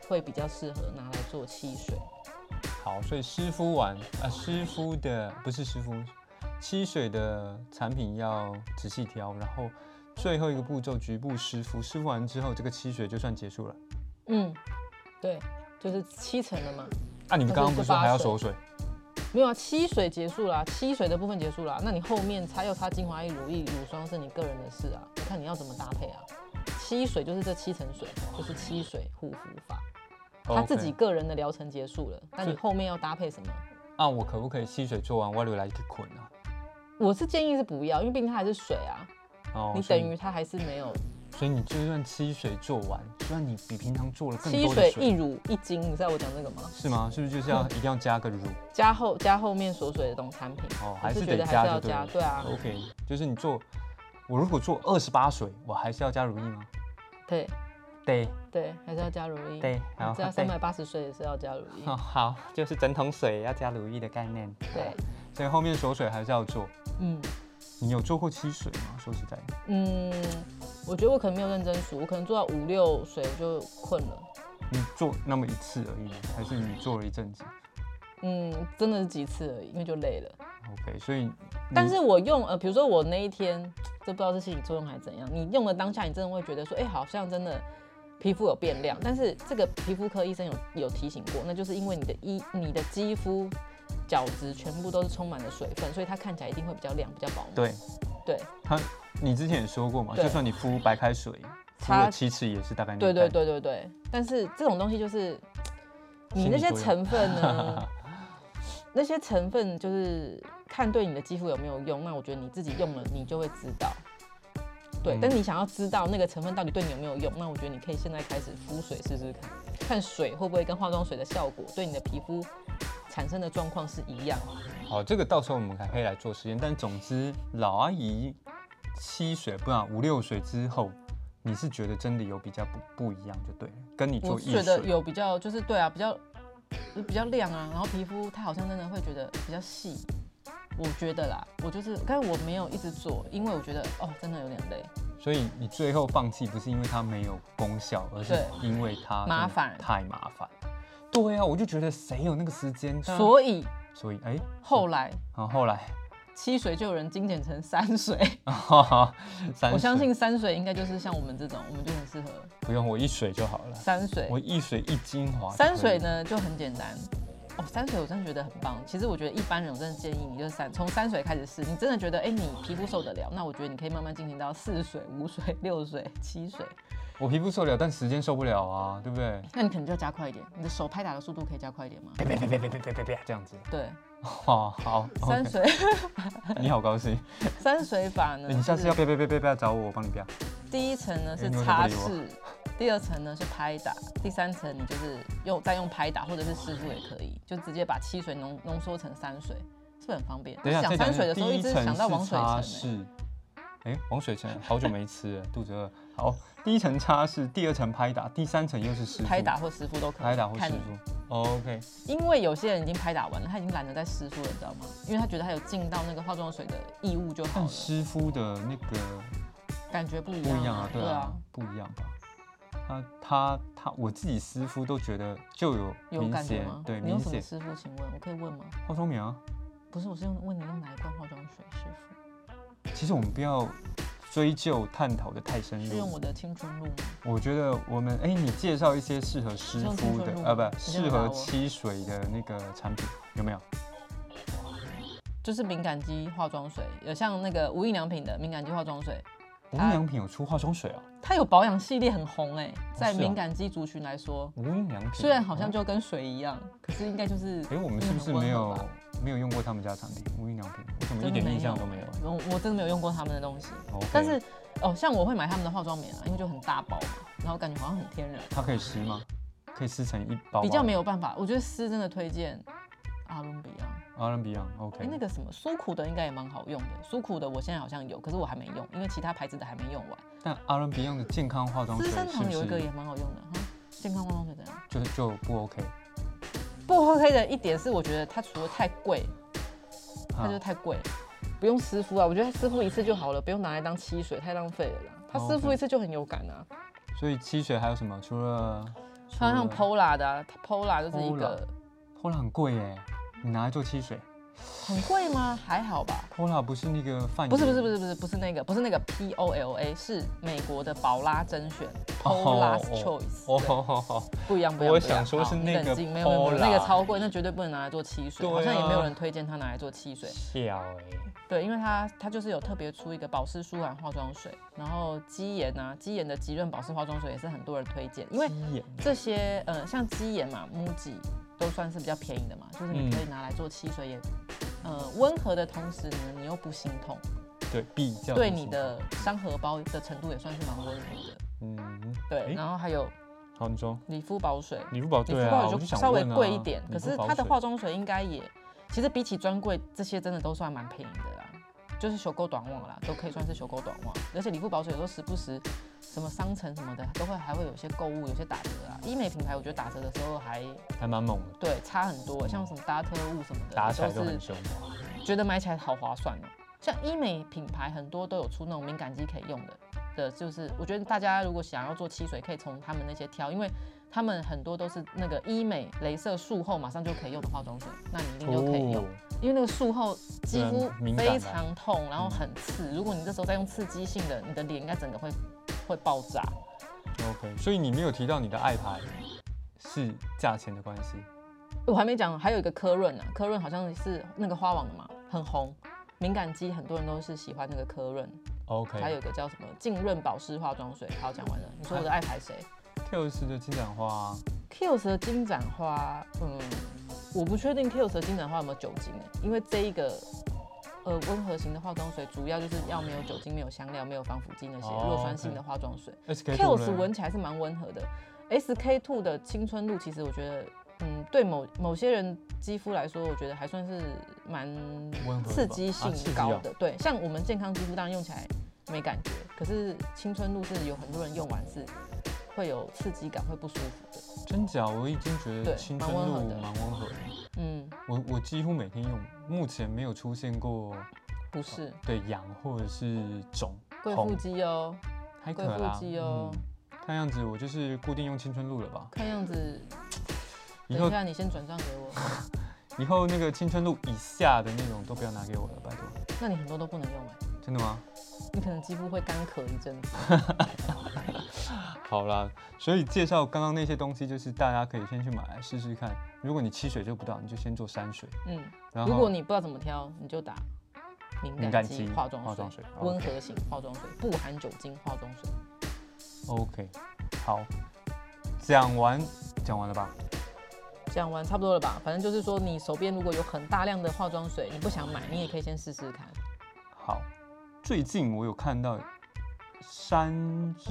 Speaker 2: 会比较适合拿来做汽水。
Speaker 1: 好，所以湿敷完，啊，湿敷的不是湿敷，吸水的产品要仔细挑，然后最后一个步骤局部湿敷，湿敷完之后，这个吸水就算结束了。
Speaker 2: 嗯，对，就是七层的嘛，
Speaker 1: 啊，你们
Speaker 2: 那
Speaker 1: 刚刚不
Speaker 2: 就
Speaker 1: 是
Speaker 2: 是
Speaker 1: 说
Speaker 2: 八
Speaker 1: 还要
Speaker 2: 水
Speaker 1: 手水？
Speaker 2: 没有啊，七水结束啦，七水的部分结束啦。那你后面擦又擦精华液、乳液、乳霜是你个人的事啊，你看你要怎么搭配啊。七水就是这七层水，就是七水护肤法，他自己
Speaker 1: 哦 OK
Speaker 2: 个人的疗程结束了，那你
Speaker 1: 是
Speaker 2: 后面要搭配什么？
Speaker 1: 啊，我可不可以吸水做完，我留来去捆啊？
Speaker 2: 我是建议是不要，因为毕竟它还是水啊，
Speaker 1: 哦
Speaker 2: 你
Speaker 1: 所
Speaker 2: 等
Speaker 1: 以
Speaker 2: 于它还是没有
Speaker 1: 所以你就算吸水做完，就算你比平常做了更
Speaker 2: 七
Speaker 1: 多的
Speaker 2: 水
Speaker 1: 水，
Speaker 2: 一乳一精，你知道我讲这个吗？
Speaker 1: 是吗？是不是就是 要一定要加个乳
Speaker 2: 加后加后面锁水的东产品，
Speaker 1: 哦，
Speaker 2: 我
Speaker 1: 还是
Speaker 2: 觉
Speaker 1: 得
Speaker 2: 得还
Speaker 1: 加
Speaker 2: 是
Speaker 1: 就
Speaker 2: 要
Speaker 1: 对
Speaker 2: 加，
Speaker 1: 了。
Speaker 2: 对啊，
Speaker 1: OK，就是你做，我如果做二十八水，我还是要加乳液吗？
Speaker 2: 对
Speaker 1: 对
Speaker 2: 对，还是要加乳液，
Speaker 1: 对，好
Speaker 2: 只要
Speaker 1: 对
Speaker 2: 三百八十岁也是要加乳液，
Speaker 1: 哦 好，就是整桶水要加乳液的概念。
Speaker 2: 对，
Speaker 1: 所以后面锁水还是要做。
Speaker 2: 嗯。
Speaker 1: 你有做过吸水吗？说实在的，
Speaker 2: 嗯，我觉得我可能没有认真数，我可能做到五六水我就困了。
Speaker 1: 你做那么一次而已吗，还是你做了一阵子
Speaker 2: 嗯，真的是几次而已，因为就累了。
Speaker 1: ？OK，所以
Speaker 2: 但
Speaker 1: 你
Speaker 2: 是我用呃，比如说我那一天，这不知道是心理作用还是怎样，你用了当下，你真的会觉得说，哎、好像真的皮肤有变亮。但是这个皮肤科医生有有提醒过，那就是因为你的衣、你的肌肤角质全部都是充满了水分，所以它看起来一定会比较亮、比较饱满。
Speaker 1: 对
Speaker 2: 对
Speaker 1: 他，你之前也说过嘛，
Speaker 2: 对
Speaker 1: 就算你敷白开水，敷
Speaker 2: 它
Speaker 1: 了七次也是大概那
Speaker 2: 对
Speaker 1: 个
Speaker 2: 对
Speaker 1: 概念
Speaker 2: 对对对，但是这种东西就是你
Speaker 1: 心
Speaker 2: 那
Speaker 1: 理
Speaker 2: 些
Speaker 1: 作用
Speaker 2: 成分 呢，那些成分就是看对你的肌肤有没有用。那我觉得你自己用了，你就会知道。对，但
Speaker 1: 嗯
Speaker 2: 你想要知道那个成分到底对你有没有用，那我觉得你可以现在开始敷水试试看，看水会不会跟化妆水的效果对你的皮肤产生的状况是一样。
Speaker 1: 好，这个到时候我们还可以来做实验。但总之，老阿姨七水不然五六水之后，你是觉得真的有比较不不一样，就对了，跟你
Speaker 2: 我
Speaker 1: 做
Speaker 2: 是
Speaker 1: 一
Speaker 2: 觉得
Speaker 1: 水
Speaker 2: 有比较，就是对啊，比较比较亮啊，然后皮肤它好像真的会觉得比较细，我觉得啦，我就是，但我没有一直做，因为我觉得哦，真的有点累，
Speaker 1: 所以你最后放弃不是因为它没有功效，而是
Speaker 2: 对
Speaker 1: 因为它真的
Speaker 2: 麻烦
Speaker 1: 太麻烦。对啊，我就觉得谁有那个时间？大家
Speaker 2: 所以
Speaker 1: 所以哎、
Speaker 2: 后来
Speaker 1: 然后后来，
Speaker 2: 七水就有人精简成三水，
Speaker 1: 哈哈，三
Speaker 2: 我相
Speaker 1: 水
Speaker 2: 信三水应该就是像我们这种，我们就很适合
Speaker 1: 不用我一水就好了，
Speaker 2: 三水。
Speaker 1: 我一水一精华。
Speaker 2: 三水？呢就很简单。哦，山水我真的觉得很棒。其实我觉得一般人，我真的建议你就是三从山水开始试。你真的觉得，哎、你皮肤受得了，那我觉得你可以慢慢进行到四水、五水、六水、七水，
Speaker 1: 我皮肤受得了，但时间受不了啊，对不对？
Speaker 2: 那你可能就要加快一点，你的手拍打的速度可以加快一点吗？
Speaker 1: 别别别别别别别别别这样子。
Speaker 2: 对，
Speaker 1: 哦， 好，
Speaker 2: 山
Speaker 1: OK
Speaker 2: 水、
Speaker 1: 你好高兴。
Speaker 2: 山水法呢，
Speaker 1: 你下次要
Speaker 2: 是
Speaker 1: 不要不要不要不要找我，我帮你不要。
Speaker 2: 第一层呢
Speaker 1: 哎
Speaker 2: 是
Speaker 1: 你为什么
Speaker 2: 擦
Speaker 1: 不理我
Speaker 2: 拭第二层呢是拍打，第三层你就是用再用拍打或者是湿敷也可以，就直接把汽水浓浓缩成山水，是不是很方便？
Speaker 1: 等一下
Speaker 2: 想
Speaker 1: 再
Speaker 2: 山
Speaker 1: 讲
Speaker 2: 水的时候
Speaker 1: 第
Speaker 2: 一
Speaker 1: 一
Speaker 2: 直
Speaker 1: 层
Speaker 2: 想到王
Speaker 1: 是
Speaker 2: 水
Speaker 1: 擦
Speaker 2: 城、欸，
Speaker 1: 拭，哎，王水城好久没吃了，肚 子饿。好，第一层擦拭，第二层拍打，第三层又是湿敷
Speaker 2: 欸拍打或湿敷都可以。
Speaker 1: 拍打或湿
Speaker 2: 看你
Speaker 1: 敷。OK，
Speaker 2: 因为有些人已经拍打完了，他已经懒得再湿敷了，你知道吗？因为他觉得他有进到那个化妆水的异物就好
Speaker 1: 但
Speaker 2: 了，
Speaker 1: 湿敷的那个
Speaker 2: 感觉不一
Speaker 1: 不
Speaker 2: 样。
Speaker 1: 一样啊，对
Speaker 2: 对
Speaker 1: 啊，不一样吧？他他他，我自己湿敷都觉得就有
Speaker 2: 有
Speaker 1: 明
Speaker 2: 感觉
Speaker 1: 显
Speaker 2: 吗？
Speaker 1: 对
Speaker 2: 你
Speaker 1: 明
Speaker 2: 用什么
Speaker 1: 显
Speaker 2: 湿敷？请问我可以问吗？
Speaker 1: 化妆棉啊。
Speaker 2: 不是，我是用问你用哪一罐化妆水湿敷？
Speaker 1: 其实我们不要追究探讨的太深
Speaker 2: 是用
Speaker 1: 入。
Speaker 2: 我的青春露吗？
Speaker 1: 我觉得我们哎，你介绍一些适合湿
Speaker 2: 用青
Speaker 1: 敷
Speaker 2: 春
Speaker 1: 的
Speaker 2: 露，
Speaker 1: 呃，
Speaker 2: 吗
Speaker 1: 不，
Speaker 2: 你先
Speaker 1: 适
Speaker 2: 回答
Speaker 1: 合
Speaker 2: 我
Speaker 1: 吸水的那个产品有没有？
Speaker 2: 就是敏感肌化妆水，有像那个无印良品的敏感肌化妆水，
Speaker 1: 无印
Speaker 2: 它
Speaker 1: 良品有出化妆水啊？
Speaker 2: 它有保养系列很红哎、在
Speaker 1: 是啊嗯
Speaker 2: 敏感肌族群来说，
Speaker 1: 无印良品
Speaker 2: 虽然好像
Speaker 1: 就
Speaker 2: 就跟水一样，可是应该就是
Speaker 1: 哎，我们是不是没
Speaker 2: 真的很温
Speaker 1: 有
Speaker 2: 和吧
Speaker 1: 没有用过他们家产品？无印良品，我怎么一
Speaker 2: 真的
Speaker 1: 点
Speaker 2: 没
Speaker 1: 印
Speaker 2: 有
Speaker 1: 象都没有？
Speaker 2: 我我真的没有用过他们的东西，
Speaker 1: OK
Speaker 2: 但是哦，像我会买他们的化妆棉啊，因为就很大包嘛，然后感觉好像很天然，
Speaker 1: 它可以湿吗？可以湿成一包吗？
Speaker 2: 比较没有办法。我觉得丝真的推荐阿伦比亚，
Speaker 1: 阿伦比亚
Speaker 2: 哎、
Speaker 1: OK，
Speaker 2: 那个什么苏苦的应该也蛮好用的，苏苦的我现在好像有，可是我还没用，因为其他牌子的还没用完。
Speaker 1: 但阿伦比亚的健康化妆
Speaker 2: 资
Speaker 1: 水
Speaker 2: 生
Speaker 1: 是
Speaker 2: 堂
Speaker 1: 不
Speaker 2: 有一个
Speaker 1: 是
Speaker 2: 也蛮好用的哈，健康化妆水怎样？
Speaker 1: 就就不 OK？
Speaker 2: 不 OK 的一点是，我觉得它除了太贵，它
Speaker 1: 啊
Speaker 2: 就是太贵，不用湿敷啊。我觉得湿敷一次就好了，不用拿来当漆水，太浪费了啦。它湿敷
Speaker 1: 啊 OK
Speaker 2: 一次就很有感啊。
Speaker 1: 所以吸水还有什么？除了
Speaker 2: 它像
Speaker 1: 除了
Speaker 2: Pola 的、啊、，Pola 就是一个
Speaker 1: 泼辣很贵耶，你拿来做汽水。
Speaker 2: 很贵吗？还好吧。
Speaker 1: 泼辣不是那个饭？
Speaker 2: 不是不是不，是不是不是那个不是那个 P O L A 是美国的宝拉甄选
Speaker 1: 哦
Speaker 2: Pola's
Speaker 1: 哦
Speaker 2: Choice，、
Speaker 1: 哦
Speaker 2: 对
Speaker 1: 好好好，
Speaker 2: 不一样不一样。
Speaker 1: 我
Speaker 2: 不一样
Speaker 1: 想说是
Speaker 2: 好你
Speaker 1: 那个
Speaker 2: 冷静没有没有没有
Speaker 1: Pola
Speaker 2: 那个超贵，那绝对不能拿来做汽
Speaker 1: 对
Speaker 2: 水，
Speaker 1: 啊
Speaker 2: 好像也没有人推荐它拿来做汽水。
Speaker 1: 笑哎，
Speaker 2: 对，因为它它就是有特别出一个保湿舒缓化妆水，然后肌研啊，肌研的极润保湿化妆水也是很多人推荐，因为
Speaker 1: 鸡眼
Speaker 2: 这些呃像肌研嘛、MUJI 都算是比较便宜的嘛，就是你
Speaker 1: 嗯
Speaker 2: 可以拿来做汽水也，呃温和的同时呢，你又不心痛，
Speaker 1: 对比较
Speaker 2: 对
Speaker 1: 不
Speaker 2: 你
Speaker 1: 舒
Speaker 2: 的伤荷包的程度也算是蛮温和的。
Speaker 1: 服嗯
Speaker 2: 对，
Speaker 1: 诶
Speaker 2: 然后还有
Speaker 1: 好你说
Speaker 2: 理肤保水，
Speaker 1: 李富宝
Speaker 2: 理
Speaker 1: 对
Speaker 2: 肤
Speaker 1: 啊，
Speaker 2: 保
Speaker 1: 我
Speaker 2: 水
Speaker 1: 就
Speaker 2: 就
Speaker 1: 想
Speaker 2: 稍微
Speaker 1: 问啊
Speaker 2: 贵一点，
Speaker 1: 理
Speaker 2: 可
Speaker 1: 肤
Speaker 2: 是
Speaker 1: 宝
Speaker 2: 它的
Speaker 1: 水
Speaker 2: 化妆水应该也，其实比起专柜这些真的都算蛮便宜的啦，就是修购短袜啦，都可以算是修购短袜。而且理肤保水有时候时不时什么商城什么的都会还会有一些购物有些打折啊，医美品牌我觉得打折的时候还
Speaker 1: 还蛮猛的，
Speaker 2: 对差很多，像什么达特物什么的，
Speaker 1: 打起来
Speaker 2: 都
Speaker 1: 都
Speaker 2: 是
Speaker 1: 很凶。
Speaker 2: 觉得买起来好划算哦。像医美品牌很多都有出那种敏感肌可以用的，的就是我觉得大家如果想要做漆水，可以从他们那些挑，因为他们很多都是那个医美镭射术后马上就可以用的化妆水，那你一定就可以用，
Speaker 1: 哦
Speaker 2: 因为那个术后肌肤
Speaker 1: 对敏感啊
Speaker 2: 非常痛，然后很刺，如果你这时候再用刺激性的，你的脸应该整个会会爆炸。
Speaker 1: OK，所以你没有提到你的爱牌是价钱的关系，
Speaker 2: 我还没讲，还有一个科润啊，科润好像是那个花王的嘛，很红，敏感肌很多人都是喜欢那个科润。
Speaker 1: OK，
Speaker 2: 还有一个叫什么净润保湿化妆水。好，讲完了。你说我的爱牌谁
Speaker 1: Kills 的金盏花，啊
Speaker 2: ？Kills 的金盏花，嗯，我不确定 Kills 的金盏花有没有酒精诶、因为这一个呃温和型的化妆水主要就是要没有酒精、没有香料、没有防腐剂那些
Speaker 1: 哦
Speaker 2: 弱酸性
Speaker 1: OK
Speaker 2: 的化妆水。
Speaker 1: SK
Speaker 2: Kills 闻起来是蛮温和的，SK two 的青春露其实我觉得。嗯，对某某些人肌肤来说，我觉得还算是蛮
Speaker 1: 温和的吧
Speaker 2: 刺激
Speaker 1: 啊
Speaker 2: 性
Speaker 1: 刺激
Speaker 2: 高
Speaker 1: 哦
Speaker 2: 的。对，像我们健康肌肤当然用起来没感觉，可是青春露是有很多人用完是会有刺激感，会不舒服的。
Speaker 1: 真假，我已经觉得
Speaker 2: 对
Speaker 1: 青
Speaker 2: 蛮
Speaker 1: 春
Speaker 2: 温和
Speaker 1: 露
Speaker 2: 的
Speaker 1: 蛮温和的。
Speaker 2: 嗯，
Speaker 1: 我我几乎每天用，目前没有出现过
Speaker 2: 不是
Speaker 1: 对痒或者是肿
Speaker 2: 贵妇
Speaker 1: 红，
Speaker 2: 肌哦，
Speaker 1: 还可
Speaker 2: 贵妇
Speaker 1: 啦。
Speaker 2: 肌哦
Speaker 1: 啊嗯，看样子我就是固定用青春露了吧？
Speaker 2: 看样子。
Speaker 1: 以
Speaker 2: 等一
Speaker 1: 后
Speaker 2: 下，你先转账给我。
Speaker 1: 以后那个青春露以下的那种都不要拿给我了，拜托。
Speaker 2: 那你很多都不能用哎、
Speaker 1: 真的吗？
Speaker 2: 你可能肌肤会干咳一阵子。
Speaker 1: 好啦，所以介绍刚刚那些东西，就是大家可以先去买来试试看。如果你七水做不到，你就先做山水。
Speaker 2: 嗯。
Speaker 1: 然后
Speaker 2: 如果你不知道怎么挑，你就打敏
Speaker 1: 敏
Speaker 2: 感
Speaker 1: 感
Speaker 2: 肌
Speaker 1: 肌
Speaker 2: 化妆
Speaker 1: 化
Speaker 2: 水
Speaker 1: 妆水，哦
Speaker 2: 温
Speaker 1: OK
Speaker 2: 和型化妆水，不含酒精化妆水。
Speaker 1: OK，好，讲完讲完了吧？
Speaker 2: 讲完差不多了吧？反正就是说，你手边如果有很大量的化妆水，你不想买，你也可以先试试看。
Speaker 1: 好，最近我有看到山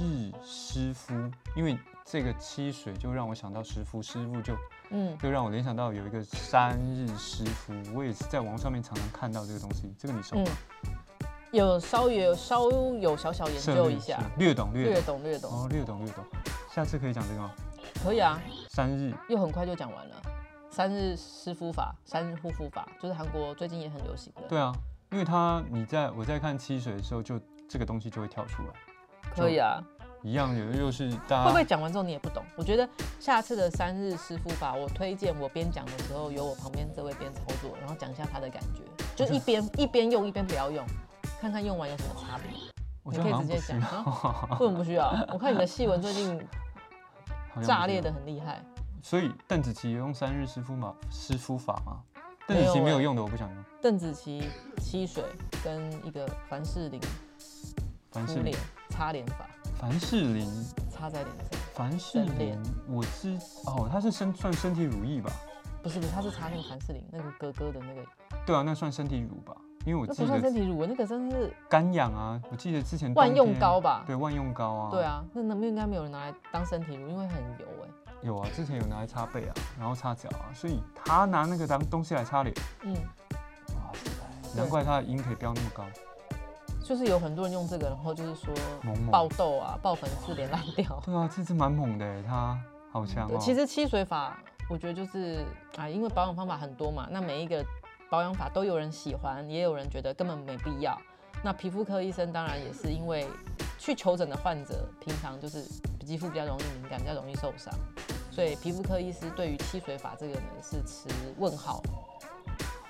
Speaker 1: 日湿夫，因为这个七水就让我想到湿夫，湿夫就
Speaker 2: 嗯，
Speaker 1: 就让我联想到有一个山日湿夫，我也是在网上面常常看到这个东西，这个你
Speaker 2: 嗯
Speaker 1: 熟吗？
Speaker 2: 有稍有稍有小小研
Speaker 1: 涉
Speaker 2: 究
Speaker 1: 猎
Speaker 2: 一下，
Speaker 1: 是嗯略懂略
Speaker 2: 略
Speaker 1: 懂，
Speaker 2: 懂略懂，
Speaker 1: 哦，略懂略懂，下次可以讲这个吗？
Speaker 2: 可以啊，
Speaker 1: 山日
Speaker 2: 又很快就讲完了。三日湿敷法、三日护肤法，就是韩国最近也很流行的。
Speaker 1: 对啊，因为它你在我在看七水的时候就，这个东西就会跳出来，
Speaker 2: 可以啊。
Speaker 1: 一样有的又是大
Speaker 2: 会不
Speaker 1: 家
Speaker 2: 会讲完之后你也不懂？我觉得下次的三日湿敷法，我推荐我边讲的时候，由我旁边这位边操作，然后讲一下他的感觉，就一边一边用一边不要用，看看用完有什么差别。
Speaker 1: 我觉得好像不需要，
Speaker 2: 你可以直接讲哦
Speaker 1: 好
Speaker 2: 为什么 不需要？我看你的细纹最近
Speaker 1: 像不需要
Speaker 2: 炸裂的，很厉害，
Speaker 1: 所以邓紫棋有用三日师夫法师夫法吗？
Speaker 2: 啊
Speaker 1: 邓紫棋没有用的，我不想用。
Speaker 2: 邓紫棋、七水跟一个凡士林
Speaker 1: 凡士
Speaker 2: 敷
Speaker 1: 林
Speaker 2: 脸，擦脸法，
Speaker 1: 凡士林，
Speaker 2: 擦在脸上，
Speaker 1: 凡士
Speaker 2: 神
Speaker 1: 林
Speaker 2: 脸，
Speaker 1: 我知哦，它是身算身体乳液吧？
Speaker 2: 不是不是，他是擦那个凡士林那个哥哥的那个，
Speaker 1: 对啊，那算身体乳吧，因为我
Speaker 2: 那
Speaker 1: 记
Speaker 2: 不算身
Speaker 1: 得
Speaker 2: 体乳，那个真是
Speaker 1: 干痒啊，我记得之前
Speaker 2: 万
Speaker 1: 冬
Speaker 2: 用
Speaker 1: 天
Speaker 2: 膏吧？
Speaker 1: 对万用膏啊，
Speaker 2: 对啊，那那应该没有人拿来当身体乳，因为很油哎、
Speaker 1: 有啊，之前有拿来擦背啊，然后擦脚啊，所以他拿那个当东西来擦脸，
Speaker 2: 嗯，
Speaker 1: 哇塞，难怪他的音可以飙那么高，
Speaker 2: 就是有很多人用这个，然后就是说
Speaker 1: 猛猛。
Speaker 2: 爆痘啊、爆粉刺、脸烂掉。
Speaker 1: 对啊，这只蛮猛的欸，它好强
Speaker 2: 嗯对
Speaker 1: 哦。
Speaker 2: 其实七水法，我觉得就是啊，因为保养方法很多嘛，那每一个保养法都有人喜欢，也有人觉得根本没必要。那皮肤科医生当然也是因为去求诊的患者，平常就是肌肤比较容易敏感，比较容易受伤，所以皮肤科医师对于七水法这个呢是持问号。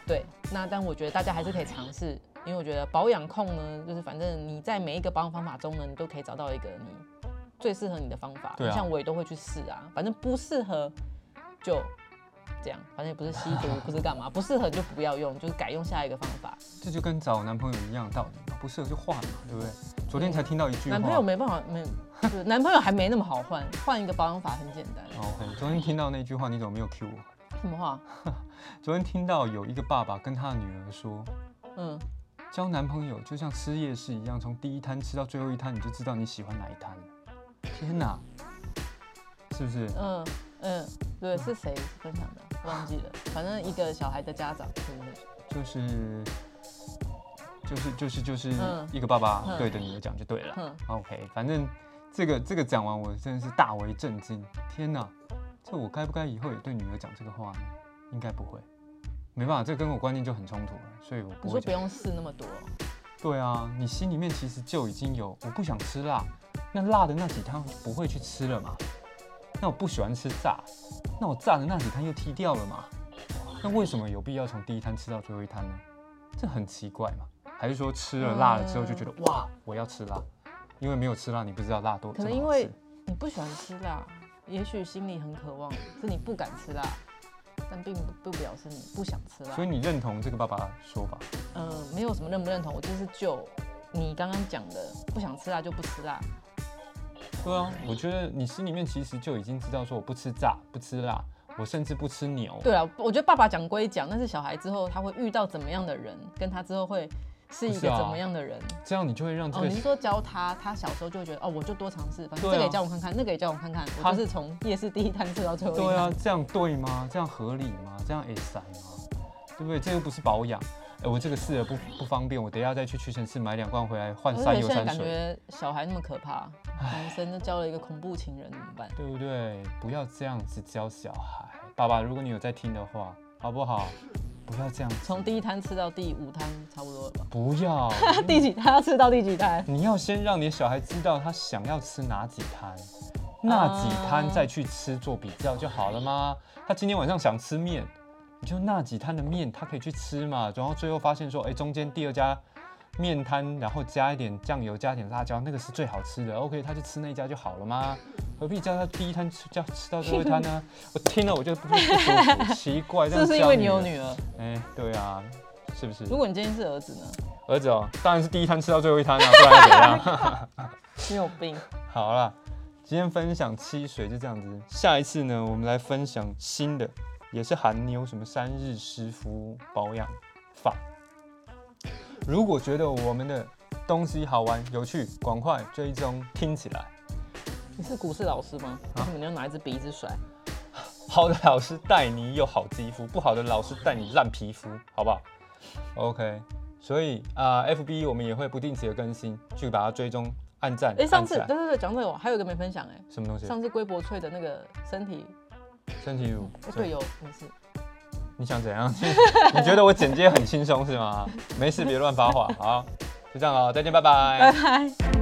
Speaker 2: 对，那但我觉得大家还是可以尝试，因为我觉得保养控呢，就是反正你在每一个保养方法中呢，你都可以找到一个你最适合你的方法。
Speaker 1: 对啊
Speaker 2: 像我也都会去试啊，反正不适合就这样，反正也不是吸毒，不是干嘛，不适合就不要用，就是改用下一个方法。
Speaker 1: 这就跟找男朋友一样道理嘛，不适合就换嘛，对不对？昨天才听到一句话，
Speaker 2: 男朋友没办法，没有，就是男朋友还没那么好换，换一个保养法很简单。
Speaker 1: 哦 OK，昨天听到那句话，你怎么没有 Q 我？
Speaker 2: 什么话？
Speaker 1: 昨天听到有一个爸爸跟他的女儿说，
Speaker 2: 嗯，
Speaker 1: 交男朋友就像吃夜市一样，从第一摊吃到最后一摊，你就知道你喜欢哪一摊了。天哪，是不是？
Speaker 2: 嗯嗯，对，是谁分享的？忘记了，反正一个小孩的家长，是不是？
Speaker 1: 就是就是就是就是
Speaker 2: 嗯
Speaker 1: 一个爸爸
Speaker 2: 嗯
Speaker 1: 对着女儿讲就对了。
Speaker 2: 哼，
Speaker 1: OK，反正这个这个讲完，我真的是大为震惊。天哪，这我该不该以后也对女儿讲这个话呢？应该不会，没办法，这跟我观念就很冲突了，所以我不
Speaker 2: 你
Speaker 1: 会
Speaker 2: 说不
Speaker 1: 讲。
Speaker 2: 用试那么多，
Speaker 1: 对啊，你心里面其实就已经有我不想吃辣，那辣的那几摊我就不会去吃了嘛。那我不喜欢吃炸，那我炸的那几摊又踢掉了嘛。那为什么有必要从第一摊吃到最后一摊呢？这很奇怪嘛。还是说吃了辣了之后就觉得、哇，我要吃辣，因为没有吃辣你不知道辣多。
Speaker 2: 可能
Speaker 1: 这么
Speaker 2: 因
Speaker 1: 好吃
Speaker 2: 为你不喜欢吃辣，也许心里很渴望，是你不敢吃辣，但并不不表示你不想吃辣
Speaker 1: 所以。你认同这个爸爸的说法？
Speaker 2: 嗯、没有什么认不认同，我就是就你刚刚讲的，不想吃辣就不吃辣。
Speaker 1: 对啊，我觉得你心里面其实就已经知道，说我不吃炸，不吃辣，我甚至不吃牛。
Speaker 2: 对啊，我觉得爸爸讲归讲，但是小孩之后他会遇到怎么样的人，跟他之后会是一
Speaker 1: 不是
Speaker 2: 个
Speaker 1: 啊
Speaker 2: 怎么样的人。
Speaker 1: 这样你就会让这
Speaker 2: 哦，
Speaker 1: 个
Speaker 2: 你是说教他，他小时候就会觉得哦，我就多尝试，反正
Speaker 1: 对啊
Speaker 2: 这个也教我看看，那个也教我看看，
Speaker 1: 他
Speaker 2: 我就是从夜市第一摊吃到最后一摊。
Speaker 1: 对啊，这样对吗？这样合理吗？这样哎塞吗？对不对？这又不是保养。哎，我这个试了不不方便，我等一下再去屈臣氏买两罐回来换
Speaker 2: 我就觉
Speaker 1: 三
Speaker 2: 得
Speaker 1: 油
Speaker 2: 现在
Speaker 1: 三
Speaker 2: 感
Speaker 1: 水，
Speaker 2: 觉小孩那么可怕，男生都交了一个恐怖情人怎么办？
Speaker 1: 对不对？不要这样子教小孩。爸爸，如果你有在听的话，好不好？不要这样子。
Speaker 2: 从第一摊吃到第五摊，差不多了 吧？
Speaker 1: 不要，
Speaker 2: 他第几摊要吃到第几摊？
Speaker 1: 你要先让你的小孩知道他想要吃哪几摊，那几摊
Speaker 2: 啊
Speaker 1: 再去吃做比较就好了吗？他今天晚上想吃面，你就那几摊的面他可以去吃嘛，然后最后发现说，哎，中间第二家面摊，然后加一点酱油，加一点辣椒，那个是最好吃的。OK，他就吃那一家就好了吗？何必叫他第一摊吃，叫吃到最后一摊 呢？我听了我就不不舒服，奇怪，
Speaker 2: 是不是
Speaker 1: 这
Speaker 2: 因
Speaker 1: 样教
Speaker 2: 为你有？女儿？
Speaker 1: 哎，对啊，是不是？
Speaker 2: 如果你今天是儿子呢？
Speaker 1: 儿子哦，当然是第一摊吃到最后一摊啊，不然要怎样？
Speaker 2: 你有病！
Speaker 1: 好啦，今天分享七水就这样子，下一次呢，我们来分享新的，也是韩妞什么三日湿敷保养法。如果觉得我们的东西好玩、有趣，赶快追踪听起来。
Speaker 2: 你是股市老师吗？
Speaker 1: 啊
Speaker 2: 为什么你要拿一支笔一直甩？
Speaker 1: 好的老师带你有好肌肤，不好的老师带你烂皮肤，好不好？OK，所以啊、f b 我们也会不定期的更新，去把它追踪、按赞。
Speaker 2: 哎、上次
Speaker 1: 按起
Speaker 2: 对
Speaker 1: 来
Speaker 2: 对对，讲这个我还有一个没分享哎、
Speaker 1: 什么东西？
Speaker 2: 上次龟柏翠的那个身体，
Speaker 1: 身体乳
Speaker 2: 哎。对，有没事，
Speaker 1: 你想怎样？你觉得我剪接很轻松是吗？没事，别乱发话。好，就这样了，再见，拜拜
Speaker 2: 拜拜。